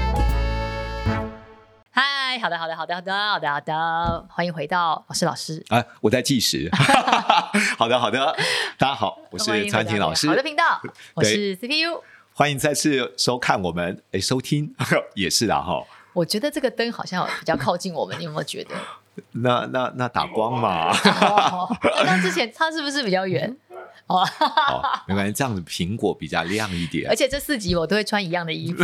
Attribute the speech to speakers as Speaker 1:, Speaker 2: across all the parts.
Speaker 1: 嗨，好的，好的，好的，好的，好的，好的，欢迎回到我是老师，
Speaker 2: 哎，我在 计时。好的，好的，大家好，我
Speaker 1: 欢迎
Speaker 2: 是
Speaker 1: 回
Speaker 2: 川
Speaker 1: 到
Speaker 2: 婷
Speaker 1: 我
Speaker 2: 老
Speaker 1: 的
Speaker 2: 师
Speaker 1: 好，的频道，我
Speaker 2: 对
Speaker 1: 是 CPU。
Speaker 2: 欢迎再次收看我们，哎，收听 也是啦哈。
Speaker 1: 我觉得这个灯好像比较靠近我们，你有没有觉 得？
Speaker 2: 那那那打光 嘛，
Speaker 1: 哦刚刚之前它是不是比较远？哦，
Speaker 2: 好，没关系，这样子苹果比较亮一
Speaker 1: 而
Speaker 2: 点，
Speaker 1: 且这四集我都会穿一样的衣 服，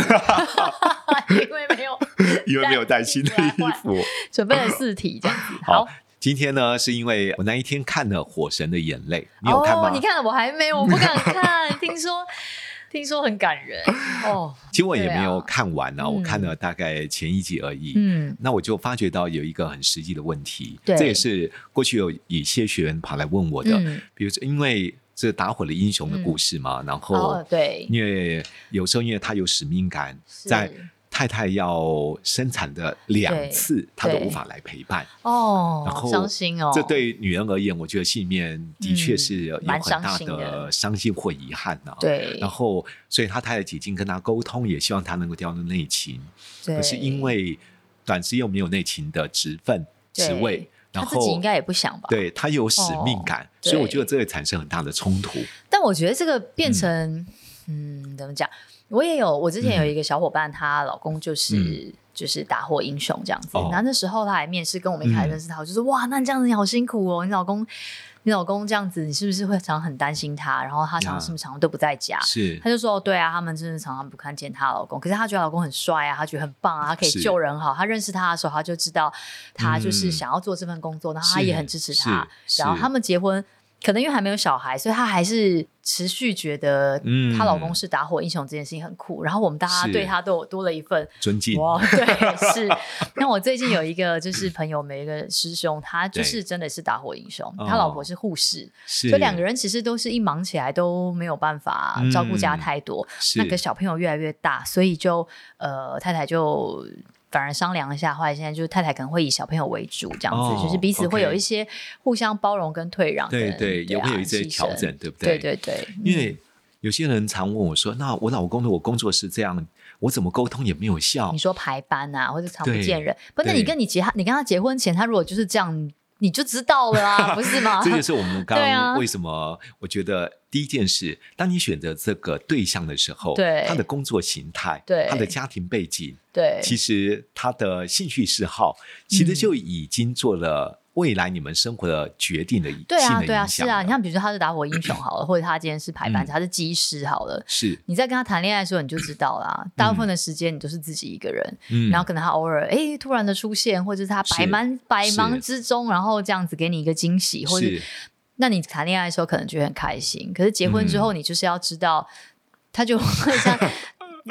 Speaker 1: 因为没有
Speaker 2: 因为没有带新的衣服。
Speaker 1: 准备了四题这样子。
Speaker 2: 好
Speaker 1: 好，
Speaker 2: 今天呢，是因为我那一天看了《火神的眼泪》，你有看吗？
Speaker 1: 哦、你看了我还没有，我不敢看。听说 听说很感 人哦。
Speaker 2: 其实我也没有
Speaker 1: 对啊
Speaker 2: 看完呢、
Speaker 1: 嗯
Speaker 2: 我看了大概前一集而已。
Speaker 1: 嗯，
Speaker 2: 那我就发觉到有一个很实际的问题，
Speaker 1: 对
Speaker 2: 这也是过去有一些学员跑来问我的，
Speaker 1: 嗯
Speaker 2: 比如说因为这打火的英雄的故事嘛，然后
Speaker 1: 哦对，
Speaker 2: 因为有时候因为他有使命感，
Speaker 1: 是
Speaker 2: 在太太要生产的两次，他都无法来陪伴，
Speaker 1: 哦，
Speaker 2: 然后
Speaker 1: 伤心哦，嗯
Speaker 2: 这对女人而言，我觉得心里面的确是有
Speaker 1: 蛮
Speaker 2: 很
Speaker 1: 伤
Speaker 2: 大
Speaker 1: 心的
Speaker 2: 的伤心或遗憾呢、
Speaker 1: 对，
Speaker 2: 然后，所以他太太几经跟他沟通，也希望他能够调动内勤，
Speaker 1: 对
Speaker 2: 可是因为短时又没有内勤的职分
Speaker 1: 对
Speaker 2: 职位，
Speaker 1: 他
Speaker 2: 然
Speaker 1: 自己
Speaker 2: 后
Speaker 1: 应该也不想吧？哦
Speaker 2: 对他有使命感，
Speaker 1: 对
Speaker 2: 所以我觉得这会产生很大的冲突。
Speaker 1: 但我觉得这个变成，嗯怎么讲？我也有，我之前有一个小伙伴，她、老公就是、
Speaker 2: 嗯
Speaker 1: 就是打火英雄这样子。
Speaker 2: 哦
Speaker 1: 然后那时候她来面试，跟我们一开始认识她，我就说哇，那这样子你好辛苦哦，你老公，你老公这样子，你是不是会常很担心他？然后他常
Speaker 2: 呀
Speaker 1: 是不是常常都不在家？
Speaker 2: 是
Speaker 1: 她就说：“对啊，他们真的常常不看见她老公，可是她觉得老公很帅啊，她觉得很棒啊，他可以
Speaker 2: 是
Speaker 1: 救人好。她认识他的时候，她就知道他就是
Speaker 2: 嗯
Speaker 1: 想要做这份工作，然后
Speaker 2: 是
Speaker 1: 她也很支持他。
Speaker 2: 是
Speaker 1: 然后他们结婚，可能因为还没有小孩，所以她还是持续觉得
Speaker 2: 嗯
Speaker 1: 她老公是打火英雄这件事情很酷。然后我们大家
Speaker 2: 是
Speaker 1: 对她都有多了一份
Speaker 2: 尊敬，
Speaker 1: 哇，对，是。那我最近有一个就是朋友，每一个师兄，他就是
Speaker 2: 对
Speaker 1: 真的是打火英雄，
Speaker 2: 哦
Speaker 1: 他老婆是护士，
Speaker 2: 是
Speaker 1: 所以两个人其实都是一忙起来都没有办法照顾家
Speaker 2: 嗯
Speaker 1: 太多。
Speaker 2: 是
Speaker 1: 那个小朋友越来越大，所以就呃太太就反而商量一下，后来现在就是太太可能会以小朋友为主，这样子、
Speaker 2: 哦
Speaker 1: 就是彼此会
Speaker 2: OK
Speaker 1: 有一些互相包容跟退让跟，
Speaker 2: 对对，也
Speaker 1: 啊
Speaker 2: 会有一些
Speaker 1: 牺
Speaker 2: 调
Speaker 1: 牲
Speaker 2: 整，对不
Speaker 1: 对
Speaker 2: 对？
Speaker 1: 对对，
Speaker 2: 因为有些人常问我说：“那我老公的我工作是这样，我怎么沟通也没有效
Speaker 1: 你？”说排班啊，或者常不
Speaker 2: 对
Speaker 1: 见人，不，那你
Speaker 2: 对
Speaker 1: 跟你结他，你跟他结婚前，他如果就是这样，你就知道了 啊，不是吗？
Speaker 2: 这就是我们 刚
Speaker 1: 对啊
Speaker 2: 刚为什么我觉得第一件事，当你选择这个对象的时候，
Speaker 1: 对
Speaker 2: 他的工作形态，
Speaker 1: 对
Speaker 2: 他的家庭背景，
Speaker 1: 对，嗯
Speaker 2: 其实他的兴趣嗜好，其实就已经做了未来你们生活的决定的
Speaker 1: 对
Speaker 2: 性
Speaker 1: 啊，
Speaker 2: 的
Speaker 1: 对啊，
Speaker 2: 影
Speaker 1: 是
Speaker 2: 响
Speaker 1: 啊，
Speaker 2: 了。
Speaker 1: 你看，比如说他是打火英雄好了，或者他今天是排班，
Speaker 2: 嗯
Speaker 1: 他是技师好了。
Speaker 2: 是，
Speaker 1: 你在跟他谈恋爱的时候，你就知道啦。大部分的时间你都是自己一个人，
Speaker 2: 嗯
Speaker 1: 然后可能他偶尔哎突然的出现，或者是他百
Speaker 2: 是
Speaker 1: 忙百忙
Speaker 2: 是
Speaker 1: 之中，然后这样子给你一个惊喜，或者
Speaker 2: 是嗯
Speaker 1: 那你谈恋爱的时候可能觉得很开心，可是结婚之后你就是要知道，他就会 像。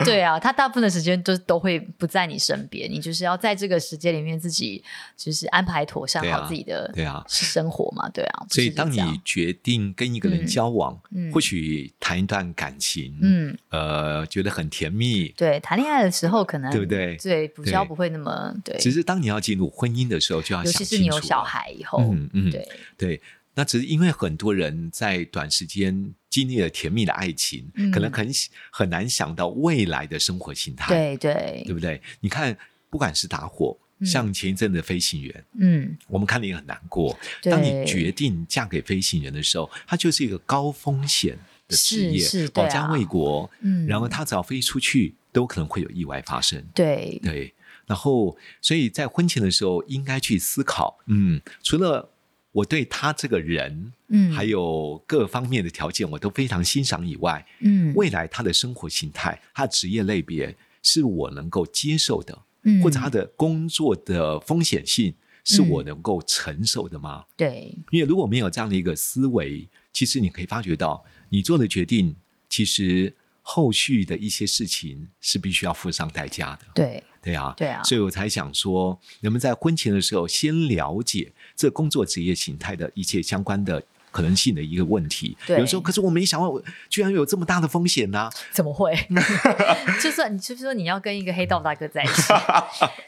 Speaker 1: 对啊，他大部分的时间都都会不在你身边，你就是要在这个时间里面自己就是安排妥善
Speaker 2: 对啊
Speaker 1: 好自己的
Speaker 2: 对啊。
Speaker 1: 生活嘛，对啊。
Speaker 2: 所以，
Speaker 1: 不是就
Speaker 2: 当
Speaker 1: 这样
Speaker 2: 你决定跟一个人
Speaker 1: 嗯
Speaker 2: 交往，
Speaker 1: 嗯
Speaker 2: 或许谈一段感情，，
Speaker 1: 嗯，
Speaker 2: 呃，觉得很甜蜜，
Speaker 1: 对，谈恋爱的时候可能
Speaker 2: 对不对
Speaker 1: 对，比较
Speaker 2: 对
Speaker 1: 不会那么对，
Speaker 2: 只是当你要进入婚姻的时候，就要
Speaker 1: 尤
Speaker 2: 啊想
Speaker 1: 其
Speaker 2: 清楚
Speaker 1: 是你有
Speaker 2: 了
Speaker 1: 小，孩以后，
Speaker 2: 嗯嗯，
Speaker 1: 对，
Speaker 2: 对，那只是因为很多人在短时间经历了甜蜜的爱情，
Speaker 1: 嗯
Speaker 2: 可能很很难想到未来的生活形态，
Speaker 1: 对对
Speaker 2: 对不对？你看，不管是打火，
Speaker 1: 嗯
Speaker 2: 像前一阵的飞行员，
Speaker 1: 嗯，
Speaker 2: 我们看了也很难过。
Speaker 1: 对
Speaker 2: 当你决定嫁给飞行员的时候，它就是一个高风险的职
Speaker 1: 是
Speaker 2: 业，
Speaker 1: 是对
Speaker 2: 保家
Speaker 1: 啊
Speaker 2: 卫国。
Speaker 1: 嗯
Speaker 2: 然后他只要飞出去，都可能会有意外发生。
Speaker 1: 对
Speaker 2: 对，然后所以在婚前的时候应该去思考，嗯，除了我对他这个人，
Speaker 1: 嗯
Speaker 2: 还有各方面的条件我都非常欣赏以外，
Speaker 1: 嗯
Speaker 2: 未来他的生活形态、他的职业类别是我能够接受的，
Speaker 1: 嗯
Speaker 2: 或者他的工作的风险性是我能够承受的
Speaker 1: 嗯
Speaker 2: 吗？
Speaker 1: 对
Speaker 2: 因为如果没有这样的一个思维，其实你可以发觉到，你做的决定其实后续的一些事情是必须要付上代价的。
Speaker 1: 对
Speaker 2: 对啊，
Speaker 1: 对啊
Speaker 2: 所以我才想说，能不能在婚前的时候先了解这工作职业形态的一切相关的可能性的一个问题。
Speaker 1: 对
Speaker 2: 有时候，可是我没想到，我居然有这么大的风险呐、
Speaker 1: 怎么 会？ 就算你就是说你要跟一个黑道大哥在一 起，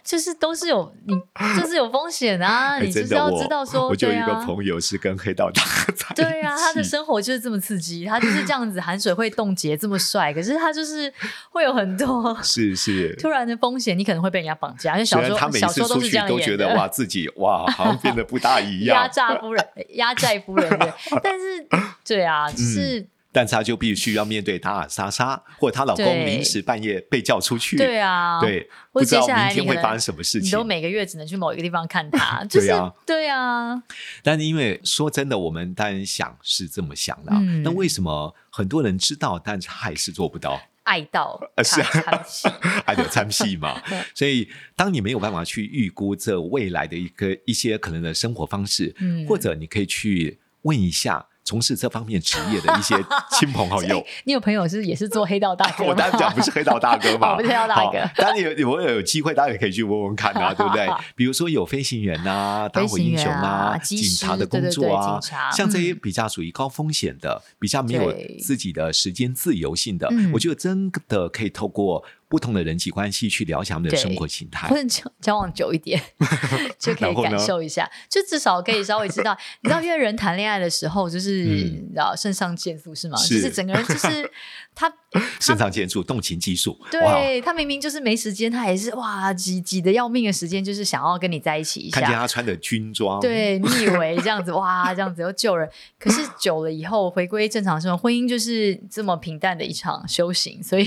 Speaker 1: 就是都是有你，就是有风险啊！
Speaker 2: 哎
Speaker 1: 你就是要知道说，
Speaker 2: 我就有
Speaker 1: 对
Speaker 2: 一个
Speaker 1: 啊，
Speaker 2: 朋友是跟黑道大哥在一起，
Speaker 1: 对啊，他的生活就是这么刺激，他就是这样子，含水会冻结，这么帅，可是他就是会有很多
Speaker 2: 是是，
Speaker 1: 突然的风险，你可能会被人家绑架，因为小
Speaker 2: 虽然
Speaker 1: 说
Speaker 2: 他每
Speaker 1: 小
Speaker 2: 次
Speaker 1: 说
Speaker 2: 出
Speaker 1: 都是
Speaker 2: 去
Speaker 1: 这样
Speaker 2: 都觉
Speaker 1: 演
Speaker 2: 得哇，
Speaker 1: 的。
Speaker 2: 自己哇，好像变得不大一
Speaker 1: 压
Speaker 2: 样，
Speaker 1: 榨夫人，压寨夫人， 对但是对
Speaker 2: 嗯
Speaker 1: 啊，就是、
Speaker 2: 但是他就必须要面对打打杀杀，或者她老公
Speaker 1: 对
Speaker 2: 临时半夜被叫出去，
Speaker 1: 对啊，
Speaker 2: 对，
Speaker 1: 或
Speaker 2: 不知道
Speaker 1: 接下来
Speaker 2: 明天
Speaker 1: 你
Speaker 2: 会
Speaker 1: 可能
Speaker 2: 发生什么事
Speaker 1: 你
Speaker 2: 情
Speaker 1: 都。每个月只能去某一个地方看 他，就是
Speaker 2: 对啊
Speaker 1: 对啊，
Speaker 2: 但是因为说真的，我们当然想是这么想的啊，
Speaker 1: 嗯
Speaker 2: 那为什么很多人知道，但是他还是做不到？
Speaker 1: 爱到
Speaker 2: 呃是啊
Speaker 1: 卡卡西
Speaker 2: 还有参戏嘛。所以，当你没有办法去预估这未来的一个一些可能的生活方式，
Speaker 1: 嗯
Speaker 2: 或者你可以去问一下从事这方面职业的一些亲朋 好友。
Speaker 1: 你有朋友是也是做黑道大哥吗？
Speaker 2: 我当然讲不是黑道大哥嘛，
Speaker 1: 哦不是黑道大哥
Speaker 2: 好当然有有有机会，当然也可以去问问看 啊，对不对？比如说有飞行员呐、打
Speaker 1: 飞
Speaker 2: 火
Speaker 1: 行
Speaker 2: 英
Speaker 1: 员
Speaker 2: 雄
Speaker 1: 啊
Speaker 2: 警
Speaker 1: 机
Speaker 2: 察
Speaker 1: 师
Speaker 2: 的
Speaker 1: 对
Speaker 2: 工
Speaker 1: 对
Speaker 2: 作
Speaker 1: 对
Speaker 2: 啊
Speaker 1: 警察，
Speaker 2: 像这些
Speaker 1: 嗯
Speaker 2: 比较属于高风险的，比较没有
Speaker 1: 对
Speaker 2: 自己的时间自由性的
Speaker 1: 嗯，
Speaker 2: 我觉得真的可以透过不同的人际关系去了解他们的
Speaker 1: 对
Speaker 2: 生活形态
Speaker 1: 或。者交交往久一点，就可
Speaker 2: 然
Speaker 1: 以
Speaker 2: 后呢
Speaker 1: 感受一 下，就至少可以稍微知道。你知道，因为人谈恋爱的时候，就是、
Speaker 2: 嗯
Speaker 1: 你知道肾上腺素是吗？
Speaker 2: 是
Speaker 1: 就是整个人就是 他
Speaker 2: 肾上腺素、动情激素，哇，哦
Speaker 1: 对他明明就是没时间，他也是哇挤挤的要命的时间，就是想要跟你在一起一
Speaker 2: 看见
Speaker 1: 下。
Speaker 2: 他穿的军装，，
Speaker 1: 对你以为这样子哇，这样子又救 人，可是久了以后回归正常生活，婚姻就是这么平淡的一场修行，所以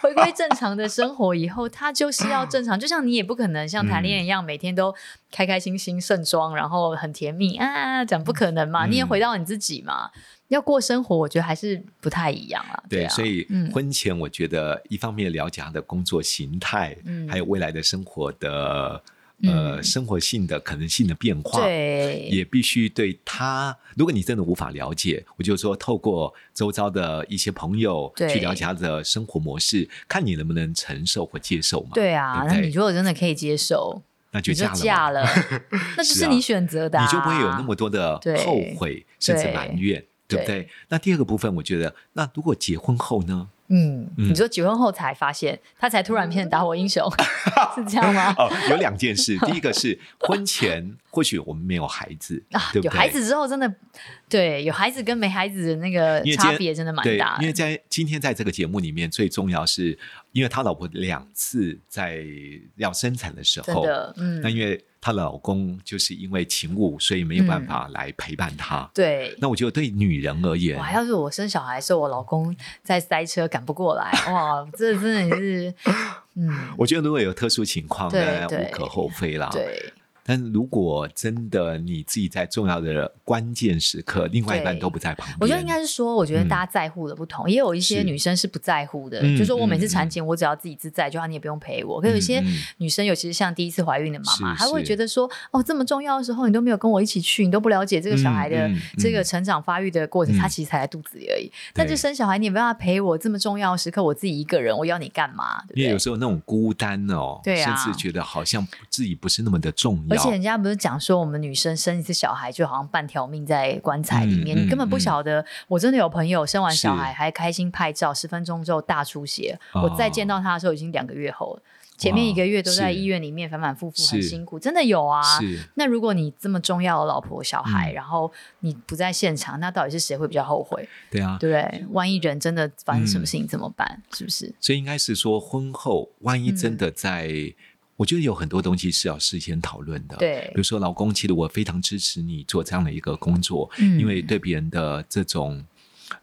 Speaker 1: 回归正常的生活以后，他就是要正常，就像你也不可能像谈恋爱一样，每天都开开心心盛装，然后很甜蜜啊，这样不可能嘛，
Speaker 2: 嗯
Speaker 1: 你也回到你自己嘛，要过生活，我觉得还是不太一样啊，
Speaker 2: 对，
Speaker 1: 啊，
Speaker 2: 所以
Speaker 1: 嗯
Speaker 2: 婚前我觉得一方面了解他的工作形态，
Speaker 1: 嗯
Speaker 2: 还有未来的生活的
Speaker 1: 嗯
Speaker 2: 呃生活性的可能性的变化，
Speaker 1: 对，
Speaker 2: 也必须对他。如果你真的无法了解，我就说透过周遭的一些朋友
Speaker 1: 对
Speaker 2: 去了解他的生活模式，看你能不能承受或接受嘛。，
Speaker 1: 对啊，
Speaker 2: 对不
Speaker 1: 那
Speaker 2: 对
Speaker 1: 你如果真的可以接 受，
Speaker 2: 那就
Speaker 1: 你就
Speaker 2: 嫁了嘛，
Speaker 1: 嫁了， 那就是是
Speaker 2: 啊
Speaker 1: 你选择的、啊，
Speaker 2: 你就不会有那么多的
Speaker 1: 对
Speaker 2: 后悔甚至埋怨，对不对？那第二个部分，我觉得，那如果结婚后呢？
Speaker 1: 嗯，
Speaker 2: 嗯
Speaker 1: 你说结婚后才发现，他才突然变成打火英 雄，是这样吗？
Speaker 2: 哦，有两件事，第一个是婚前或许我们没有孩子，
Speaker 1: 啊，
Speaker 2: 对不
Speaker 1: 有
Speaker 2: 对？
Speaker 1: 孩子之后真的，对，有孩子跟没孩子的那个
Speaker 2: 因为今
Speaker 1: 差
Speaker 2: 天
Speaker 1: 别真的蛮
Speaker 2: 对
Speaker 1: 大，的。
Speaker 2: 因为在今天在这个节目里面，最重要是因为他老婆两次在要生产的时
Speaker 1: 真
Speaker 2: 候，
Speaker 1: 的，
Speaker 2: 那
Speaker 1: 嗯，
Speaker 2: 因为她老公就是因为勤务，所以没有办
Speaker 1: 嗯
Speaker 2: 法来陪伴她。
Speaker 1: 对。
Speaker 2: 那我觉得对女人而言，
Speaker 1: 哇，要是我生小孩的时候，我老公在塞车赶不过来，哇，这真的 是，嗯，
Speaker 2: 我觉得如果有特殊情况
Speaker 1: 对
Speaker 2: 呢，
Speaker 1: 对
Speaker 2: 无可厚非啦。
Speaker 1: 对，
Speaker 2: 但如果真的你自己在重要的关键时刻，另外一半
Speaker 1: 对
Speaker 2: 都不在旁边，
Speaker 1: 我觉得应该是说，我觉得
Speaker 2: 嗯
Speaker 1: 大家在乎的不同，也有一些
Speaker 2: 是
Speaker 1: 女生是不在乎的，
Speaker 2: 嗯
Speaker 1: 就说我每次
Speaker 2: 嗯
Speaker 1: 产
Speaker 2: 嗯
Speaker 1: 检，我只要自己自在就好，你也不用陪我。可有一些
Speaker 2: 嗯嗯
Speaker 1: 女生，尤其是像第一次怀孕的妈妈，
Speaker 2: 是
Speaker 1: 她会
Speaker 2: 是
Speaker 1: 觉得说，哦，这么重要的时候你都没有跟我一起去，你都不了解这个小孩的
Speaker 2: 嗯嗯
Speaker 1: 这个
Speaker 2: 嗯
Speaker 1: 成长发育的过程，
Speaker 2: 嗯
Speaker 1: 她其实才在肚子里而已。但就
Speaker 2: 对
Speaker 1: 生小孩，你也没办法陪我，这么重要的时刻，我自己一个人，我要你干嘛？对不
Speaker 2: 因为有
Speaker 1: 对？
Speaker 2: 时候那种孤单哦，
Speaker 1: 对啊
Speaker 2: 甚至觉得好像自己不是那么的重要，
Speaker 1: 而且人家不是讲说，我们女生生一次小孩就好像半条命在棺材里面，
Speaker 2: 嗯
Speaker 1: 你根本不
Speaker 2: 嗯
Speaker 1: 晓得。我真的有朋友生完小孩
Speaker 2: 是
Speaker 1: 还开心拍照，十分钟之后大出血。
Speaker 2: 哦
Speaker 1: 我再见到他的时候已经两个月后了，前面一个月都在
Speaker 2: 是
Speaker 1: 医院里面反反复复，
Speaker 2: 是
Speaker 1: 很辛苦，真的有啊。
Speaker 2: 是
Speaker 1: 那如果你这么重要的老婆小孩，
Speaker 2: 嗯
Speaker 1: 然后你不在现场，那到底是谁会比较后悔，
Speaker 2: 对啊。
Speaker 1: 对不对？万一人真的发生什么
Speaker 2: 嗯
Speaker 1: 事情怎么办？是不是？
Speaker 2: 所以应该是说，婚后万一
Speaker 1: 嗯
Speaker 2: 真的在，我觉得有很多东西是要事先讨论的。，
Speaker 1: 对
Speaker 2: 比，如说老公，其实我非常支持你做这样的一个工作，
Speaker 1: 嗯
Speaker 2: 因为对别人的这种。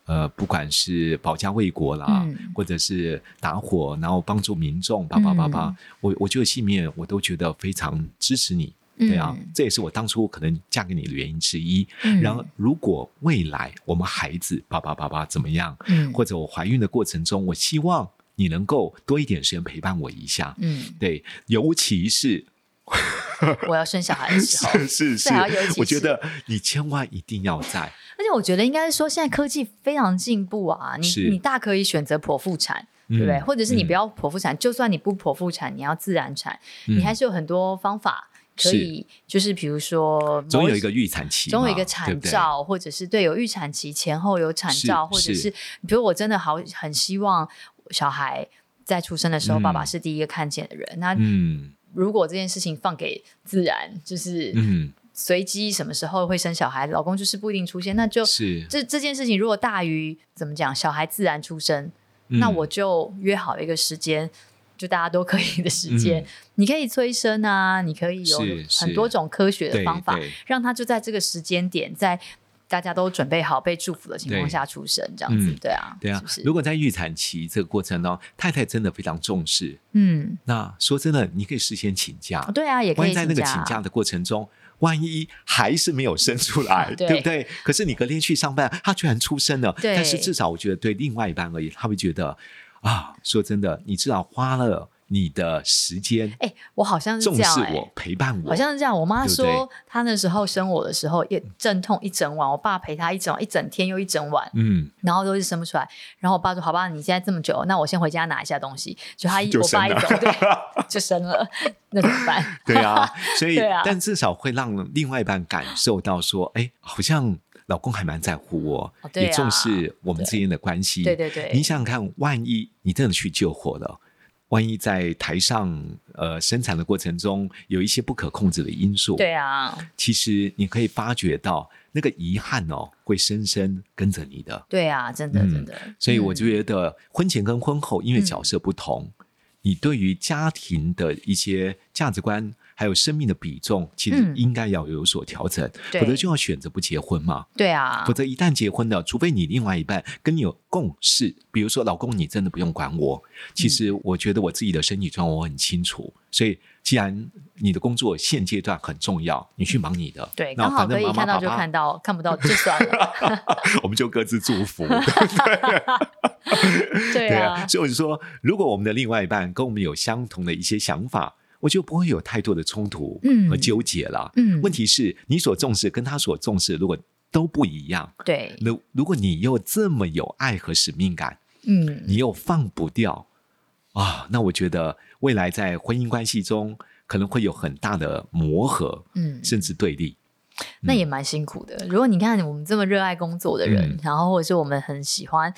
Speaker 2: 呃，不管是保家卫国啦，
Speaker 1: 嗯
Speaker 2: 或者是打火，然后帮助民众，叭叭叭叭，
Speaker 1: 嗯
Speaker 2: 我我觉得信念我都觉得非常支持你，对啊，
Speaker 1: 嗯
Speaker 2: 这也是我当初可能嫁给你的原因之一。
Speaker 1: 嗯
Speaker 2: 然后，如果未来我们孩子叭叭叭叭怎么样，
Speaker 1: 嗯
Speaker 2: 或者我怀孕的过程中，我希望你能够多一点时间陪伴我一下。
Speaker 1: 嗯，
Speaker 2: 对，尤其是
Speaker 1: 我要生小孩的时候，
Speaker 2: 是
Speaker 1: 最
Speaker 2: 是是
Speaker 1: 好尤其，
Speaker 2: 我觉
Speaker 1: 是
Speaker 2: 得你千万一定要在
Speaker 1: 而且我觉得应该是说，现在科技非常进步啊，你
Speaker 2: 是
Speaker 1: 你大可以选择剖腹产，对不对？
Speaker 2: 嗯
Speaker 1: 或者是你
Speaker 2: 嗯
Speaker 1: 不要剖腹产，就算你不剖腹产，你要自然产，
Speaker 2: 嗯
Speaker 1: 你还是有很多方法可
Speaker 2: 是
Speaker 1: 以就是比如说某，
Speaker 2: 总有一个预产期嘛，
Speaker 1: 总有一个
Speaker 2: 对
Speaker 1: 产
Speaker 2: 不对
Speaker 1: 兆，或者是对有预产期前后有产
Speaker 2: 是
Speaker 1: 兆，或者
Speaker 2: 是
Speaker 1: 是比如我真的好很希望小孩在出生的时候，爸爸
Speaker 2: 嗯
Speaker 1: 是第一个看见的人。那
Speaker 2: 嗯
Speaker 1: 如果这件事情放给自然，就是
Speaker 2: 嗯，。
Speaker 1: 随机什么时候会生小孩，老公就是不一定出现，那就是这这件事情如果大于怎么讲，小孩自然出生，那
Speaker 2: 嗯
Speaker 1: 我就约好一个时间，就大家都可以的时间。
Speaker 2: 嗯
Speaker 1: 你可以催生啊，你可以有
Speaker 2: 是
Speaker 1: 很
Speaker 2: 是
Speaker 1: 多种科学的
Speaker 2: 对
Speaker 1: 方法，
Speaker 2: 对
Speaker 1: 让他就在这个时间点，在大家都准备好被祝福的情况
Speaker 2: 对
Speaker 1: 下出生，这样子，
Speaker 2: 嗯
Speaker 1: 对啊，
Speaker 2: 对啊，
Speaker 1: 是不是
Speaker 2: 如果在预产期这个过程当中，太太真的非常重视。
Speaker 1: 嗯，
Speaker 2: 那说真的，你可以事先请假。
Speaker 1: 对啊，也可
Speaker 2: 万
Speaker 1: 以
Speaker 2: 一在那个请假的过程中，万一还是没有生出来，
Speaker 1: 啊对
Speaker 2: 对不对？可是你隔天去上班，他居然出生了。
Speaker 1: 对
Speaker 2: 但是至少我觉得对另外一半而言，他会觉得啊，说真的，你至少花了你的时间，
Speaker 1: 哎、我好像是
Speaker 2: 重
Speaker 1: 这样、
Speaker 2: 视
Speaker 1: 哎
Speaker 2: 我，陪伴我，
Speaker 1: 好像是这样。我妈
Speaker 2: 对不
Speaker 1: 说，
Speaker 2: 对
Speaker 1: 她那时候生我的时候也阵痛一整晚，我爸陪她一整一整天又一整晚，
Speaker 2: 嗯，
Speaker 1: 然后都是生不出来。然后我爸说：“好吧，你现在这么久，那我先回家拿一下东西。”就他一
Speaker 2: 就
Speaker 1: 我爸
Speaker 2: 生
Speaker 1: 一
Speaker 2: 了
Speaker 1: 走，对， 就生了，那怎么办？
Speaker 2: 对 啊，所以、
Speaker 1: 对啊
Speaker 2: 但至少会让另外一半感受到说，哎，好像老公还蛮在乎我，
Speaker 1: 哦对啊
Speaker 2: 也重视我们之间的关系。
Speaker 1: 对对对
Speaker 2: 你想想看，万一你真的去救火了。万一在台上呃生产的过程中有一些不可控制的因素，
Speaker 1: 对啊，
Speaker 2: 其实你可以发觉到那个遗憾哦，会深深跟着你的。
Speaker 1: 对啊，真的
Speaker 2: 嗯
Speaker 1: 真的。
Speaker 2: 所以我
Speaker 1: 嗯
Speaker 2: 觉得婚前跟婚后因为角色不同，你对于家庭的一些价值观还有生命的比重，其实
Speaker 1: 嗯
Speaker 2: 应该要有所调整，
Speaker 1: 对
Speaker 2: 否则就要选择不结婚嘛。
Speaker 1: 对啊
Speaker 2: 否，则一旦结婚了，除非你另外一半跟你有共识，比如说老公，你真的不用管我。其实
Speaker 1: 嗯
Speaker 2: 我觉得我自己的身体状况我很清楚，所以既然你的工作现阶段很重要，你去忙你的。
Speaker 1: 对，
Speaker 2: 那
Speaker 1: 刚好
Speaker 2: 反
Speaker 1: 可
Speaker 2: 正
Speaker 1: 以
Speaker 2: 妈妈
Speaker 1: 看到
Speaker 2: 爸
Speaker 1: 就
Speaker 2: 爸
Speaker 1: 看到，看不到就算了。
Speaker 2: 我们就各自 祝福。
Speaker 1: 对
Speaker 2: 对
Speaker 1: 啊，
Speaker 2: 所以我就说，如果我们的另外一半跟我们有相同的一些想法，我就不会有太多的冲突
Speaker 1: 嗯
Speaker 2: 和纠结了。
Speaker 1: 嗯
Speaker 2: 问题是你所重视跟他所重视如果都不一样，
Speaker 1: 对，
Speaker 2: 那如果你又这么有爱和使命感，
Speaker 1: 嗯，
Speaker 2: 你又放不掉啊，那我觉得未来在婚姻关系中可能会有很大的磨合，
Speaker 1: 嗯
Speaker 2: 甚至对立。
Speaker 1: 那也蛮辛苦的。如果你看我们这么热爱工作的人
Speaker 2: 嗯，
Speaker 1: 然后或者是我们很喜欢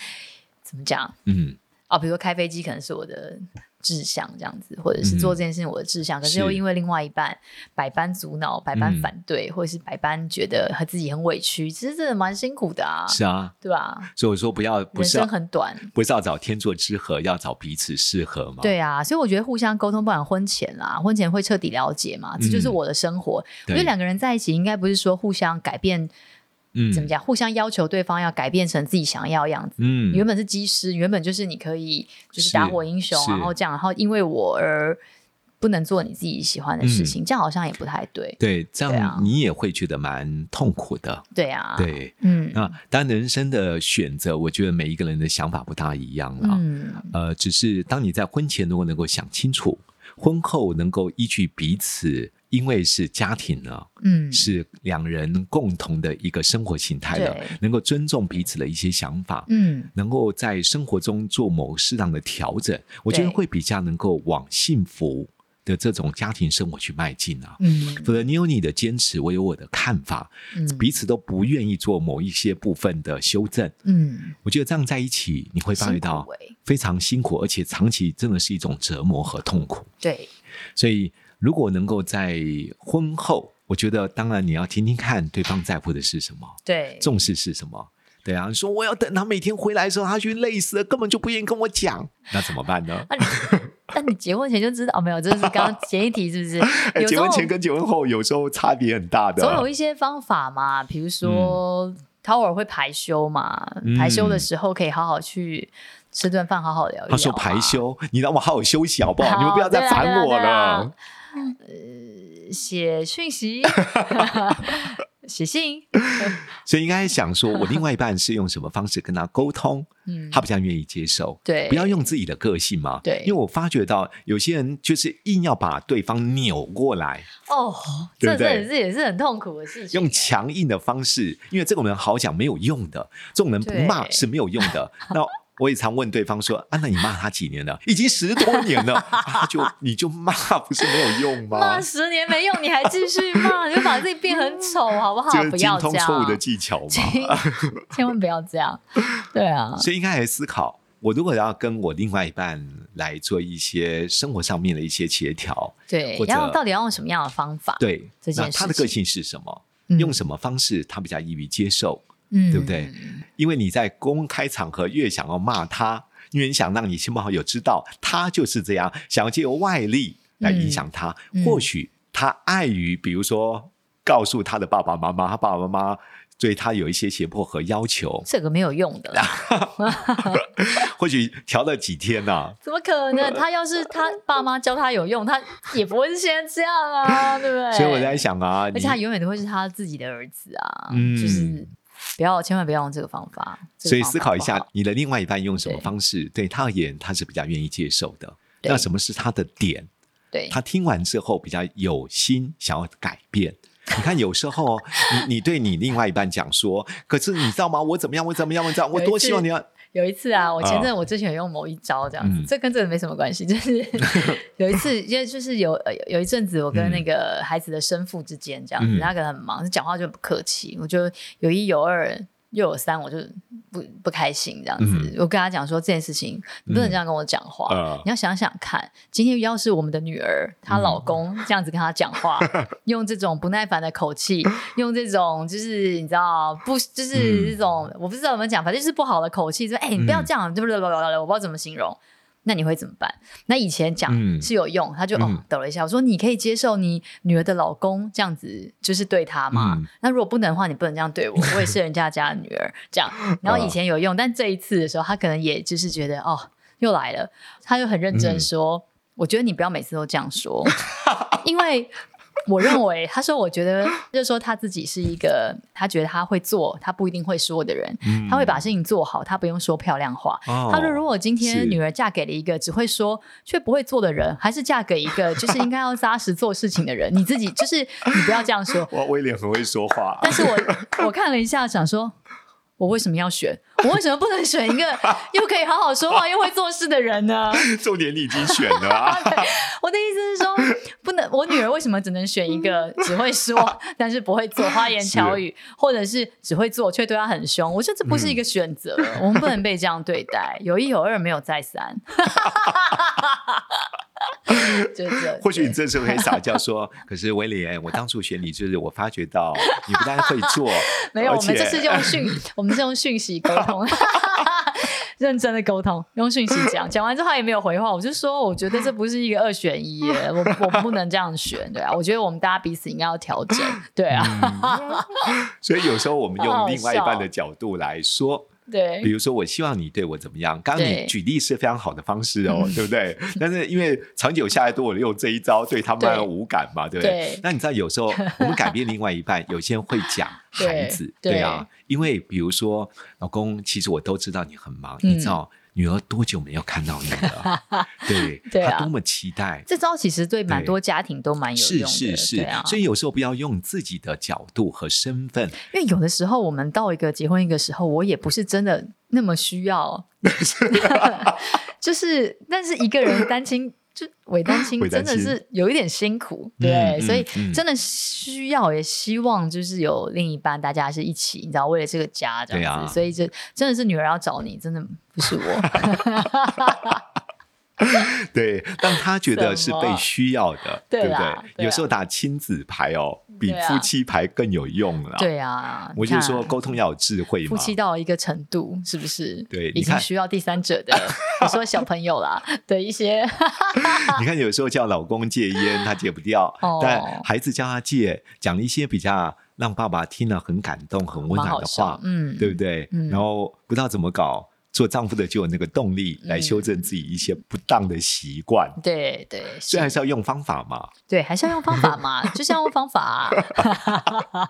Speaker 1: 怎么讲，
Speaker 2: 嗯，
Speaker 1: 啊，比如说开飞机可能是我的志向这样子，或者是做这件事情我的志向，可是又
Speaker 2: 嗯是
Speaker 1: 因为另外一半百般阻挠、百般
Speaker 2: 嗯
Speaker 1: 反对，或者是百般觉得和自己很委屈，其实真的蛮辛苦的啊，
Speaker 2: 是啊，
Speaker 1: 对吧？
Speaker 2: 所以我说不要，不
Speaker 1: 人
Speaker 2: 是要啊
Speaker 1: 生很短，
Speaker 2: 不是要找天作之合，要找彼此适合嘛。
Speaker 1: 对啊，所以我觉得互相沟通，不管婚前啦，婚前会彻底了解嘛，这就是
Speaker 2: 嗯
Speaker 1: 我的生活。我
Speaker 2: 对
Speaker 1: 觉得两个人在一起，应该不是说互相改变，
Speaker 2: 嗯，
Speaker 1: 怎么讲，互相要求对方要改变成自己想要的样子。
Speaker 2: 嗯，
Speaker 1: 你原本是技师，原本就是你可以就是
Speaker 2: 是
Speaker 1: 打火英雄，
Speaker 2: 是
Speaker 1: 然后这样，然后因为我而不能做你自己喜欢的
Speaker 2: 嗯
Speaker 1: 事情，这样好像也不太对。
Speaker 2: 对，这
Speaker 1: 对啊
Speaker 2: 样你也会觉得蛮痛苦的。
Speaker 1: 对啊，，
Speaker 2: 对，
Speaker 1: 嗯
Speaker 2: 那当然人生的选择，我觉得每一个人的想法不大一样了。
Speaker 1: 嗯，
Speaker 2: 呃，只是当你在婚前如果能够想清楚，婚后能够依据彼此，因为是家庭了，
Speaker 1: 嗯，
Speaker 2: 是两人共同的一个生活形态了
Speaker 1: 对，
Speaker 2: 能够尊重彼此的一些想法。
Speaker 1: 嗯，
Speaker 2: 能够在生活中做某适当的调整，我觉得
Speaker 1: 对
Speaker 2: 会比较能够往幸福的这种家庭生活去迈进啊。
Speaker 1: 嗯
Speaker 2: 否则你有你的坚持，我有我的看法，
Speaker 1: 嗯
Speaker 2: 彼此都不愿意做某一些部分的修正。
Speaker 1: 嗯，
Speaker 2: 我觉得这样在一起，你会发觉
Speaker 1: 辛
Speaker 2: 到
Speaker 1: 苦欸
Speaker 2: 非常辛苦，而且长期真的是一种折磨和痛苦。
Speaker 1: 对，
Speaker 2: 所以，如果能够在婚后，我觉得当然你要听听看对方在乎的是什么，
Speaker 1: 对，
Speaker 2: 重视是什么。对啊，你说我要等他每天回来的时候，他去累死了，根本就不愿意跟我讲，那怎么办呢？
Speaker 1: 那你那你结婚前就知道哦？没有，这是刚刚前一题是不是？ 有
Speaker 2: 哎结婚
Speaker 1: 总
Speaker 2: 前
Speaker 1: 有
Speaker 2: 跟结婚后有时候差别很大的。
Speaker 1: 总有一些方法嘛，比如说。他偶尔会排休嘛，
Speaker 2: 嗯
Speaker 1: 排休的时候可以好好去吃顿饭，好好聊一聊嘛。
Speaker 2: 他说排休，你让我好好休息好不好？
Speaker 1: 啊好
Speaker 2: 你们不要再烦我
Speaker 1: 对啊啦
Speaker 2: 了。
Speaker 1: 写讯 息，写信，
Speaker 2: 所以应该 想说，我另外一半是用什么方式跟他沟通，
Speaker 1: 嗯，
Speaker 2: 他比较愿意接受。
Speaker 1: 对，
Speaker 2: 不要用自己的个性嘛，
Speaker 1: 对
Speaker 2: 因为我发觉到有些人就是硬要把对方扭过来，
Speaker 1: 哦，这
Speaker 2: 对不
Speaker 1: 这
Speaker 2: 对
Speaker 1: 也是也是很痛苦的事情，
Speaker 2: 用强硬的方式，因为这种人好讲没有用的，这种人不骂
Speaker 1: 对
Speaker 2: 是没有用的。那我也常问对方说：“啊，那你骂他几年了？已经十多年了， 啊、就你就骂不是没有用 吗
Speaker 1: 骂？十年没用，你还继续骂，你就把自己变 很丑，好不好
Speaker 2: 这？
Speaker 1: 不
Speaker 2: 是精
Speaker 1: 要这
Speaker 2: 通错误的
Speaker 1: 样，
Speaker 2: 技 巧嘛。”
Speaker 1: 千 千万不要这样。对 啊，
Speaker 2: 所以应该来思考，我如果要跟我另外一半来做一些生活上面的一些协调，
Speaker 1: 对
Speaker 2: 或，者
Speaker 1: 要到底要用什么样的方法？，
Speaker 2: 对，
Speaker 1: 这件
Speaker 2: 那他的
Speaker 1: 事情
Speaker 2: 个性是什么？
Speaker 1: 嗯
Speaker 2: 用什么方式他比较易于接受？
Speaker 1: 嗯
Speaker 2: 对不对？因为你在公开场合越想要骂他，因为你想让你亲朋好友知道他就是这样，想要借由外力来影响他。
Speaker 1: 嗯嗯
Speaker 2: 或许他碍于，比如说告诉他的爸爸妈妈，他爸爸妈妈对他有一些胁迫和要求，
Speaker 1: 这个没有用 的啦，
Speaker 2: 或许调了几天呐、啊
Speaker 1: 怎么可能？他要是他爸妈教他有用，他也不会是现在这样啊，对不对？
Speaker 2: 所以我在，想啊，
Speaker 1: 而
Speaker 2: 你
Speaker 1: 且他永远都会是他自己的儿子啊，
Speaker 2: 嗯
Speaker 1: 就是不要，千万不要用这个方法。这个
Speaker 2: 所以
Speaker 1: 方法
Speaker 2: 思考一
Speaker 1: 不
Speaker 2: 下
Speaker 1: 好，，
Speaker 2: 你的另外一半用什么
Speaker 1: 对
Speaker 2: 方式对他而言，他是比较愿意接受的。
Speaker 1: 对
Speaker 2: 那什么是他的点？
Speaker 1: 对，
Speaker 2: 他听完之后比较有心想要改 变。你看，有时候哦你你对你另外一半讲说，可是你知道吗？我怎么样？我怎么样？我 怎么样？我多希望你要
Speaker 1: 有一次啊，我前
Speaker 2: 啊
Speaker 1: 阵我之前有用某一招这样子，
Speaker 2: 嗯
Speaker 1: 这跟这个没什么关系，就是 有一次，因为就是有呃有一阵子，我跟那个孩子的生父之间这样子，
Speaker 2: 嗯
Speaker 1: 他可能很忙，讲话就很不客气，我就有一有二又有三，我就不不开心这样子。
Speaker 2: 嗯
Speaker 1: 我跟他讲说这件事情，你不能这样跟我讲话。
Speaker 2: 呃
Speaker 1: 你要想想看，今天要是我们的女儿，她老
Speaker 2: 嗯
Speaker 1: 公这样子跟她讲 话，用这种不耐烦的口气，用这种就是你知道不，就是
Speaker 2: 嗯
Speaker 1: 这种、我不知道怎么讲，反正就是不好的口气，说哎、你不要这样，就不不不不，我不知道怎么形容。那你会怎么办？那以前讲
Speaker 2: 嗯
Speaker 1: 是有用，他就哦
Speaker 2: 嗯
Speaker 1: 抖了一下，我说你可以接受你女儿的老公这样子，就是对她吗？
Speaker 2: 嗯
Speaker 1: 那如果不能的话，你不能这样对我，我也是人家家的女儿，这 样。然
Speaker 2: 啊
Speaker 1: 后以前有用，但这一次的时候，他可能也就是觉得哦，又来了，他就很认
Speaker 2: 嗯
Speaker 1: 真说：“我觉得你不要每次都这样说，因为我认为，他说我觉得，就是说他自己是一个，他觉得他会做，他不一定会说的人，
Speaker 2: 嗯
Speaker 1: 他会把事情做好，他不用说漂亮话。
Speaker 2: 哦
Speaker 1: 他说，如果今天
Speaker 2: 是
Speaker 1: 女儿嫁给了一个只会说却不会做的人，还是嫁给一个就是应该要扎实做事情的人，你自己就是你不要这样说。
Speaker 2: 哇，威廉很会说 话，
Speaker 1: 但是我我看了一下，想说，我为什么要选？我为什么不能选一个又可以好好说话又会做事的人呢？
Speaker 2: 重点你已经选 了啊。
Speaker 1: 我的意思是 说，不能，我女儿为什么只能选一个只会说，但是不会做花言巧语，或者是只会做却对她很凶？我觉得这不
Speaker 2: 嗯
Speaker 1: 是一个选择，我们不能被这样对待。有一有二，没有再三。 就这，，
Speaker 2: 或许你这时候可以撒娇说：“可是威廉，我当初选你，就是我发觉到你不但会做
Speaker 1: 没有，
Speaker 2: 而
Speaker 1: 我们
Speaker 2: 且
Speaker 1: 这是用 讯，我们是用讯息沟通， 认真的沟通，用讯息讲。讲完之后他也没有回话，我就说，我觉得这不是一个二选一耶，我我不能这样选，对啊，我觉得我们大家彼此应该要调整，对啊，
Speaker 2: 所以有时候我们
Speaker 1: 好好
Speaker 2: 用另外一半
Speaker 1: 笑
Speaker 2: 的角度来说，比
Speaker 1: 对，
Speaker 2: 如说，我希望你对我怎么样？刚刚
Speaker 1: 哎对嗯
Speaker 2: 你举例是非常好的方式哦，对 不对？但是因为长久下来，都我用这一招，对他
Speaker 1: 对
Speaker 2: 们无感嘛，对不对？
Speaker 1: 对
Speaker 2: 那你知道，有时候我们改变另外一半，有些人会讲
Speaker 1: 对
Speaker 2: 孩子，
Speaker 1: 对
Speaker 2: 对啊，因为比如说，老公，其实我都知道你很忙，
Speaker 1: 嗯
Speaker 2: 你知道女儿多久没有看到你了？ 对，
Speaker 1: 对啊
Speaker 2: 她多么期待。
Speaker 1: 这招其实对蛮
Speaker 2: 对
Speaker 1: 多家庭都蛮有用
Speaker 2: 是
Speaker 1: 的，
Speaker 2: 是是，
Speaker 1: 对啊，
Speaker 2: 所以有时候不要用自己的角度和身份
Speaker 1: 因为有的时候我们到一个结婚一个时候，我也不是真的那么需要， 就是但是一个人单亲。就伪单亲
Speaker 2: 伪
Speaker 1: 真
Speaker 2: 单
Speaker 1: 的
Speaker 2: 亲
Speaker 1: 是有一点辛苦，
Speaker 2: 嗯
Speaker 1: 对，
Speaker 2: 嗯
Speaker 1: 所以
Speaker 2: 嗯
Speaker 1: 真的需要也希望就是有另一半，大家是一起，你知道为了这个家这样子，
Speaker 2: 对啊
Speaker 1: 所以这真的是女儿要找你，真的不 是我，
Speaker 2: 对，让他觉得是被需要的，
Speaker 1: 对
Speaker 2: 不
Speaker 1: 啦对
Speaker 2: 对？
Speaker 1: 啊
Speaker 2: 有时候打亲子牌哦，比
Speaker 1: 对啊
Speaker 2: 夫妻牌更有用了。，
Speaker 1: 对啊，
Speaker 2: 我就
Speaker 1: 你看
Speaker 2: 说沟通要有智慧
Speaker 1: 夫
Speaker 2: 嘛。
Speaker 1: 妻到一个程度，是不是？
Speaker 2: 对
Speaker 1: 已
Speaker 2: 你
Speaker 1: 经
Speaker 2: 看
Speaker 1: 需要第三 者的，我说小朋友啦的一些，
Speaker 2: 你看，有时候叫老公戒烟，他戒不掉
Speaker 1: 哦；
Speaker 2: 但孩子叫他戒，讲了一些比较让爸爸听了很感动、很温
Speaker 1: 蛮
Speaker 2: 暖
Speaker 1: 好
Speaker 2: 的
Speaker 1: 笑
Speaker 2: 话，，
Speaker 1: 嗯，
Speaker 2: 对不对
Speaker 1: 嗯？
Speaker 2: 然后不知道怎么搞。做丈夫的就有那个动力来修正自己一些不当的习惯，
Speaker 1: 对对，
Speaker 2: 虽然
Speaker 1: 嗯是
Speaker 2: 是要用方法嘛，
Speaker 1: 对，还是要用方法嘛， 就是要用方法、啊。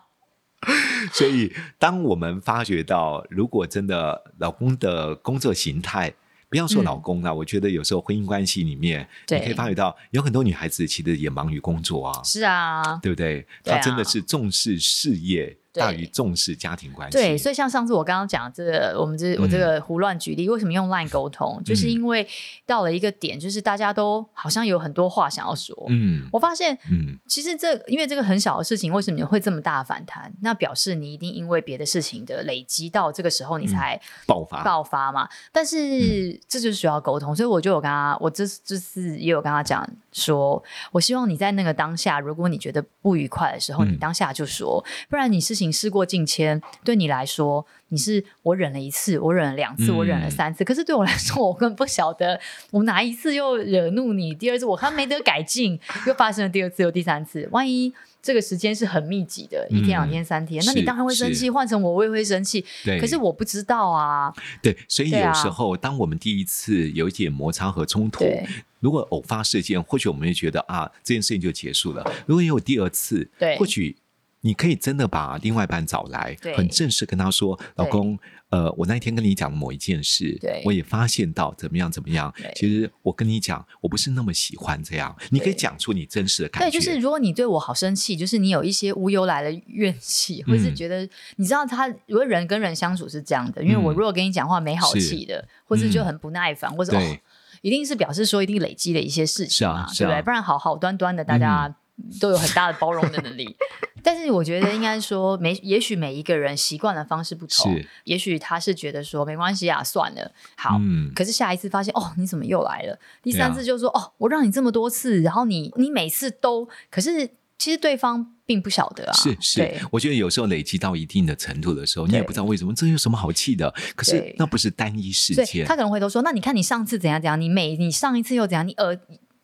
Speaker 2: 所以，当我们发觉到，如果真的老公的工作形态，不要说老公了、我觉得有时候婚姻关系里面，
Speaker 1: 嗯对
Speaker 2: 你可以发觉到，有很多女孩子其实也忙于工作啊，
Speaker 1: 是啊，
Speaker 2: 对不对？
Speaker 1: 对啊
Speaker 2: 她真的是重视事业，
Speaker 1: 对
Speaker 2: 大于重视家庭关系。
Speaker 1: 对，所以像上次我刚刚讲这个，我们
Speaker 2: 嗯
Speaker 1: 这我这个胡乱举例，为什么用 LINE 沟通，就是因为到了一个点，就是大家都好像有很多话想要说。
Speaker 2: 嗯
Speaker 1: 我发现，
Speaker 2: 嗯
Speaker 1: 其实这因为这个很小的事情，为什么你会这么大的反弹？那表示你一定因为别的事情的累积到这个时
Speaker 2: 嗯
Speaker 1: 候，你才
Speaker 2: 爆发
Speaker 1: 爆发嘛。但
Speaker 2: 嗯
Speaker 1: 是这就需要沟通，所以我就有跟他，我这就是也有跟他讲说，我希望你在那个当下，如果你觉得不愉快的时候，
Speaker 2: 嗯
Speaker 1: 你当下就说，不然你事情事过境迁，对你来说，你是我忍了一次，我忍了两次，
Speaker 2: 嗯
Speaker 1: 我忍了三次，可是对我来说，我根本不晓得我哪一次又惹怒你，第二次我看没得改进，又发生了第二次又第三次，万一。这个时间是很密集的，一天、两天、三天，那你
Speaker 2: 嗯是
Speaker 1: 当然会生
Speaker 2: 是
Speaker 1: 气。换成我，我也会生气。
Speaker 2: 对，
Speaker 1: 可是我不知道啊，
Speaker 2: 对，所以
Speaker 1: 对啊
Speaker 2: 有时候、当我们第一次有一点摩擦和冲突
Speaker 1: 对，
Speaker 2: 如果偶发事件，或许我们会觉得啊，这件事情就结束了。如果有第二次，
Speaker 1: 对
Speaker 2: 或许。你可以真的把另外一半找来
Speaker 1: 对，
Speaker 2: 很正式跟他说：“老公，呃，我那一天跟你讲某一件事
Speaker 1: 对，
Speaker 2: 我也发现到怎么样怎么样
Speaker 1: 对。
Speaker 2: 其实我跟你讲，我不是那么喜欢这样。你可以讲出你真实的感
Speaker 1: 对，
Speaker 2: 觉。
Speaker 1: 就是如果你对我好生气，就是你有一些无由来的怨气，或
Speaker 2: 嗯
Speaker 1: 是觉得你知道他，如果人跟人相处是这样的，因为我
Speaker 2: 嗯
Speaker 1: 如果跟你讲话没好
Speaker 2: 是嗯
Speaker 1: 气的，或是就很不耐烦，或者、
Speaker 2: 对
Speaker 1: 哦、一定是表示说一定累积了一些事情嘛，
Speaker 2: 是啊是
Speaker 1: 对
Speaker 2: 啊嗯
Speaker 1: 不对？不然好好端端的，大家嗯都有很大的包容的能力。但是我觉得应该说，每也许每一个人习惯的方式不同
Speaker 2: 是，
Speaker 1: 也许他是觉得说没关系啊，算了，好，
Speaker 2: 嗯，
Speaker 1: 可是下一次发现哦，你怎么又来了？第
Speaker 2: 对啊
Speaker 1: 三次就说、哦，我让你这么多次，然后你你每次都，可是其实对方并不晓得啊，
Speaker 2: 是是
Speaker 1: 对，
Speaker 2: 我觉得有时候累积到一定的程度的时候，你也
Speaker 1: 对
Speaker 2: 不知道为什么，这有什么好气的？可是
Speaker 1: 对
Speaker 2: 那不是单一事
Speaker 1: 所以
Speaker 2: 件
Speaker 1: 他，可能回头说，那你看你上次怎样怎样，你每你上一次又怎样，你呃。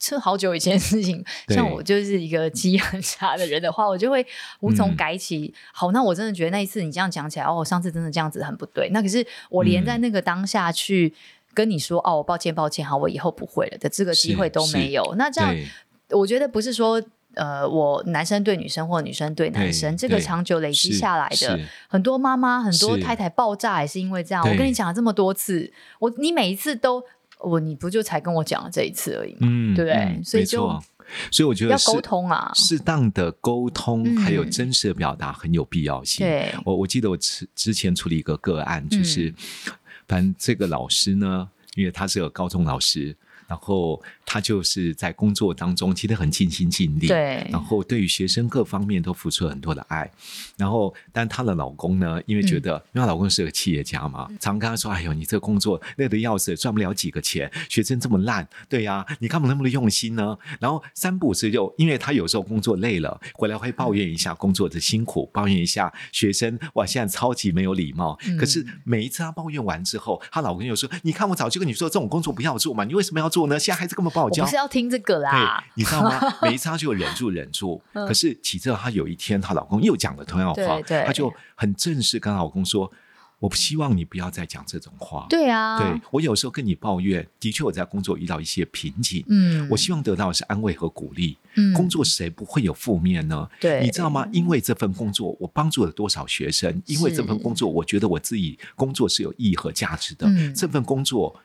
Speaker 1: 这好久以前的事情，
Speaker 2: 对
Speaker 1: 像我就是一个记忆很差的人的话，我就会无从
Speaker 2: 嗯
Speaker 1: 改起。好，那我真的觉得那一次你这样讲起来，哦，我上次真的这样子很不对。那可是我连
Speaker 2: 嗯
Speaker 1: 在那个当下去跟你说，哦，我抱歉，抱歉，好，我以后不会了的这个机
Speaker 2: 是
Speaker 1: 会都
Speaker 2: 是
Speaker 1: 没有。那这样
Speaker 2: 对
Speaker 1: 我觉得不是说呃，我男生对女生或女生对男生，
Speaker 2: 对
Speaker 1: 这个
Speaker 2: 对
Speaker 1: 长久累积
Speaker 2: 是
Speaker 1: 下来的
Speaker 2: 是，
Speaker 1: 很多妈妈、很多
Speaker 2: 是
Speaker 1: 太太爆炸也是因为这样。
Speaker 2: 对
Speaker 1: 我跟你讲了这么多次，我你每一次都我你不就才跟我讲了这一次而已吗？
Speaker 2: 嗯
Speaker 1: 对不对
Speaker 2: 嗯
Speaker 1: 所以
Speaker 2: 没
Speaker 1: 就
Speaker 2: 错所以我觉得
Speaker 1: 要
Speaker 2: 是
Speaker 1: 沟通啊，
Speaker 2: 适当的沟通
Speaker 1: 嗯
Speaker 2: 还有真实的表达很有必要性。
Speaker 1: 对嗯
Speaker 2: 我我记得我之之前处理一个个案，就是、反正这个老师呢，因为他是个高中老师，然后他就是在工作当中其实很尽心尽力，
Speaker 1: 对
Speaker 2: 然后对于学生各方面都付出了很多的爱。然后，但她的老公呢，因为觉得，因为她老公是个企业家嘛，常跟她说：“哎呦，你这工作累得要死，赚不了几个钱，学生这么烂，对呀、你干嘛那么用心呢？”然后三不五时就，因为她有时候工作累了，回来会抱怨一下工作的辛苦，抱怨一下学生哇，现在超级没有礼貌。可是每一次她抱怨完之后，她老公又说：“你看，我早就跟你说这种工作不要做嘛，你为什么要做呢？现在还是这么不好
Speaker 1: 我
Speaker 2: 教。”
Speaker 1: 不是要听这个啦
Speaker 2: 对，，你知道 吗？每一次她就忍住忍住，可是岂知道她有一天，她老公又讲了同样的话
Speaker 1: 嗯对对，
Speaker 2: 她就很正式跟她老公说：“我不希望你不要再讲这种话。
Speaker 1: 对啊，
Speaker 2: 对我有时候跟你抱怨，的确我在工作遇到一些瓶颈，
Speaker 1: 嗯，
Speaker 2: 我希望得到的是安慰和鼓励。
Speaker 1: 嗯
Speaker 2: 工作谁不会有负面呢？
Speaker 1: 对
Speaker 2: 你知道吗？因为这份工作，我帮助了多少学生？因为这份工作，我觉得我自己工作是有意义和价值的。
Speaker 1: 嗯
Speaker 2: 这份工作，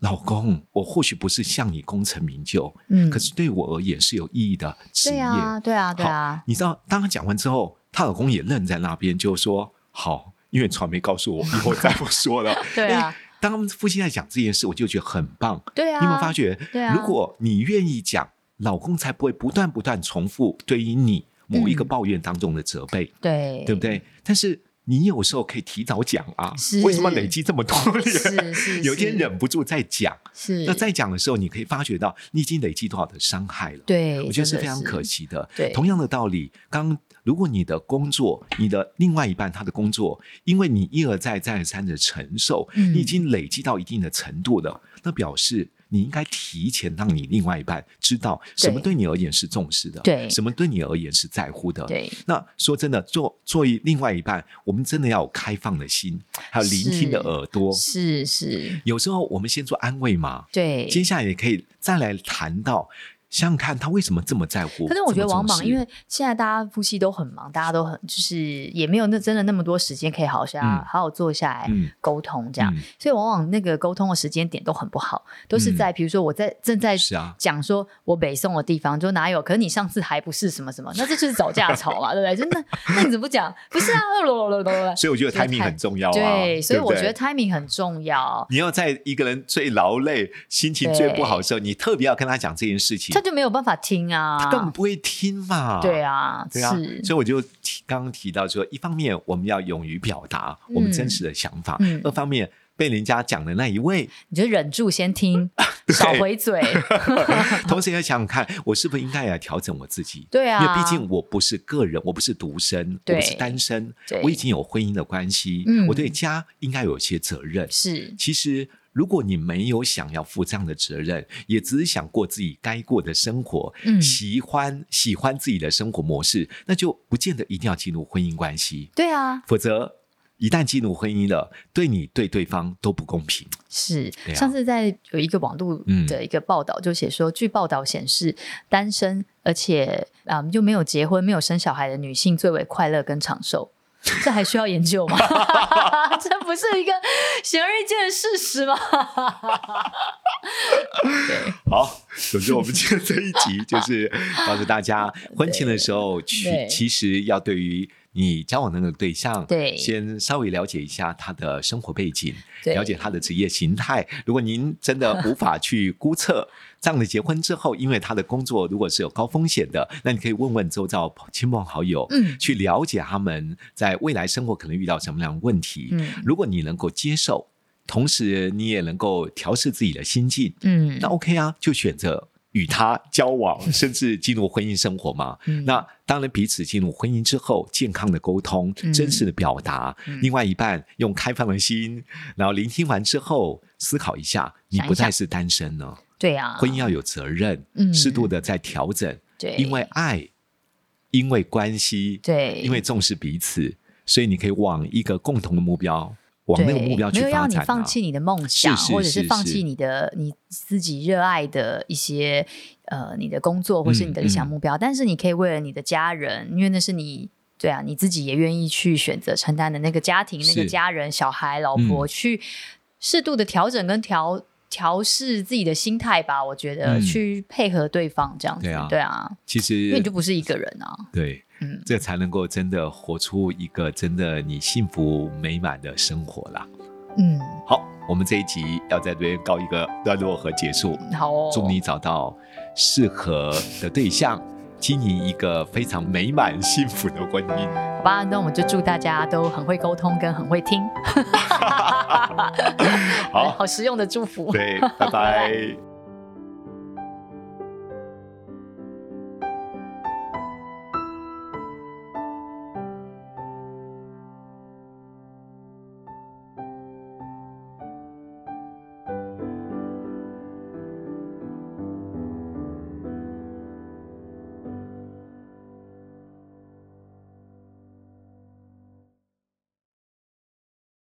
Speaker 2: 老公，我或许不是向你功成名就，
Speaker 1: 嗯
Speaker 2: 可是对我而言是有意义的职
Speaker 1: 对
Speaker 2: 业。
Speaker 1: 啊，对啊，对
Speaker 2: 好
Speaker 1: 啊，
Speaker 2: 你知道，当她讲完之后，她老公也愣在那边，就说：“好，因为传媒告诉我，以后再不说了。”
Speaker 1: 对啊
Speaker 2: 哎。当他们夫妻在讲这件事，我就觉得很棒。
Speaker 1: 对啊，
Speaker 2: 你有没有发觉？
Speaker 1: 对啊
Speaker 2: 如果你愿意讲，老公才不会不断不断重复对于你某一个
Speaker 1: 嗯
Speaker 2: 抱怨当中的责备，
Speaker 1: 对，
Speaker 2: 对不？对？但是你有时候可以提早讲啊
Speaker 1: 是，
Speaker 2: 为什么累积这么多年？
Speaker 1: 是是，
Speaker 2: 有一天
Speaker 1: 是
Speaker 2: 忍不住再讲，
Speaker 1: 是
Speaker 2: 那再讲的时候，你可以发觉到你已经累积多少的伤害了。
Speaker 1: 对，
Speaker 2: 我觉得是
Speaker 1: 真的
Speaker 2: 非常可惜的。
Speaker 1: 对
Speaker 2: 同样的道理，刚如果你的工作，你的另外一半他的工作，因为你一而再、再而三的承受，
Speaker 1: 嗯
Speaker 2: 你已经累积到一定的程度了，那表示。你应该提前让你另外一半知道什么对你而言是重视的，
Speaker 1: 对
Speaker 2: 什么对你而言是在乎的。
Speaker 1: 对，
Speaker 2: 那说真的，做做一另外一半，我们真的要有开放的心，还有聆听的耳朵。
Speaker 1: 是是，
Speaker 2: 有时候我们先做安慰嘛，
Speaker 1: 对，
Speaker 2: 接下来也可以再来谈到想想看他为什么这么在乎？
Speaker 1: 可是我觉得
Speaker 2: 这么
Speaker 1: 王
Speaker 2: 重
Speaker 1: 莽，
Speaker 2: 视
Speaker 1: 因为现在大家夫妻都很忙，大家都很就是也没有那真的那么多时间可以好好下、
Speaker 2: 嗯
Speaker 1: 好好坐下来
Speaker 2: 嗯
Speaker 1: 沟通这样，
Speaker 2: 嗯
Speaker 1: 所以往往那个沟通的时间点都很不好，都是在比如说我在正在
Speaker 2: 是啊
Speaker 1: 讲说我北宋的地方就哪有，可是你上次还不是什么什么，那这就是找架吵嘛，对不对？真的，那你怎么不讲？不是啊，
Speaker 2: 所以我觉
Speaker 1: 就
Speaker 2: 得
Speaker 1: 是
Speaker 2: timing
Speaker 1: 太
Speaker 2: 很重要啊。
Speaker 1: 对，所以
Speaker 2: 不
Speaker 1: 我
Speaker 2: 对嗯
Speaker 1: 觉得 timing 很重要，
Speaker 2: 你要在一个人最劳累、心情最不好的时候，你特别要跟他讲这件事情
Speaker 1: 他，就没有办法听啊，
Speaker 2: 他根本不会听嘛。
Speaker 1: 对。啊，
Speaker 2: 对啊，
Speaker 1: 是
Speaker 2: 所以我就提刚刚提到说，一方面我们要勇于表达我们真实的想法，
Speaker 1: 嗯
Speaker 2: 二方面被人家讲的那一位，
Speaker 1: 你就忍住先 听，少回嘴。
Speaker 2: 同时也想想看，我是不是应该也调整我自己？
Speaker 1: 对啊
Speaker 2: 因为毕竟我不是个人，我不是独身，我
Speaker 1: 对
Speaker 2: 不是单身
Speaker 1: 对，
Speaker 2: 我已经有婚姻的关系，
Speaker 1: 嗯
Speaker 2: 我对家应该有一些责任。
Speaker 1: 是，
Speaker 2: 其实，如果你没有想要负这样的责任，也只是想过自己该过的生活，
Speaker 1: 嗯
Speaker 2: 喜欢喜欢自己的生活模式，那就不见得一定要进入婚姻关系，
Speaker 1: 对啊，
Speaker 2: 否则。一旦进入婚姻了，对你对对方都不公平。
Speaker 1: 是。
Speaker 2: 对啊
Speaker 1: 上次在有一个网络
Speaker 2: 嗯
Speaker 1: 的一个报道，就写说，据报道显示，单身而且啊、嗯、就没有结婚、没有生小孩的女性最为快乐跟长寿。这还需要研究吗？ 这不是一个显而易见的事实吗？
Speaker 2: 好， 总之我们今天这一集就是 告诉大家，婚前的时候去
Speaker 1: 对，
Speaker 2: 其实要对于你交往的那个对象，
Speaker 1: 对
Speaker 2: 先稍微了解一下他的生活背景，
Speaker 1: 对
Speaker 2: 了解他的职业形态。如果您真的无法去 估测这样的结婚之后，因为他的工作如果是有高风险 的，那你可以问问周遭亲朋好友，
Speaker 1: 嗯
Speaker 2: 去了解他们在未来生活可能遇到什么样的问题。
Speaker 1: 嗯
Speaker 2: 如果你能够接受，同时你也能够调试自己的心境，
Speaker 1: 嗯
Speaker 2: 那 OK 啊，就选择与他交 往，甚至进入婚姻生活嘛。
Speaker 1: 嗯
Speaker 2: 那当然，彼此进入婚姻之后，健康的沟通
Speaker 1: 嗯，
Speaker 2: 真实的表达，另外一半用开放的心，然后聆听完之后，思考一下，你
Speaker 1: 想一
Speaker 2: 不再
Speaker 1: 想
Speaker 2: 是单身了，
Speaker 1: 对啊，
Speaker 2: 婚姻要有责任，
Speaker 1: 嗯
Speaker 2: 适度的在调整，
Speaker 1: 对，
Speaker 2: 因为爱，因为关系，
Speaker 1: 对，
Speaker 2: 因为重视彼此，所以你可以往一个共同的目标，往
Speaker 1: 对，
Speaker 2: 那个目标去
Speaker 1: 没有
Speaker 2: 发
Speaker 1: 要你
Speaker 2: 展、啊。
Speaker 1: 放弃你的梦想，
Speaker 2: 是是
Speaker 1: 或者是
Speaker 2: 是
Speaker 1: 放
Speaker 2: 是
Speaker 1: 弃你的你自己热爱的一些呃你的工作或是你的理想
Speaker 2: 嗯嗯
Speaker 1: 目标，但是你可以为了你的家人，因为那是你。对啊，你自己也愿意去选择承担的那个家庭、那个
Speaker 2: 是嗯
Speaker 1: 家人、小孩、老婆，去适度的调整跟调调试自己的心态吧。我觉得、
Speaker 2: 嗯
Speaker 1: 去配合对方这样子，
Speaker 2: 对啊其
Speaker 1: 因为
Speaker 2: 实
Speaker 1: 你就不是一个人啊。
Speaker 2: 对，
Speaker 1: 嗯
Speaker 2: 这才能够真的活出一个真的你幸福美满的生活啦。
Speaker 1: 嗯，
Speaker 2: 好，我们这一集要在这边告一个段落和结束，
Speaker 1: 好哦，
Speaker 2: 祝你找到适合的对象，经营一个非常美满幸福的婚姻。
Speaker 1: 好吧，那我们就祝大家都很会沟通跟很会听。
Speaker 2: 好，
Speaker 1: 好实用的祝福。
Speaker 2: 对，拜拜。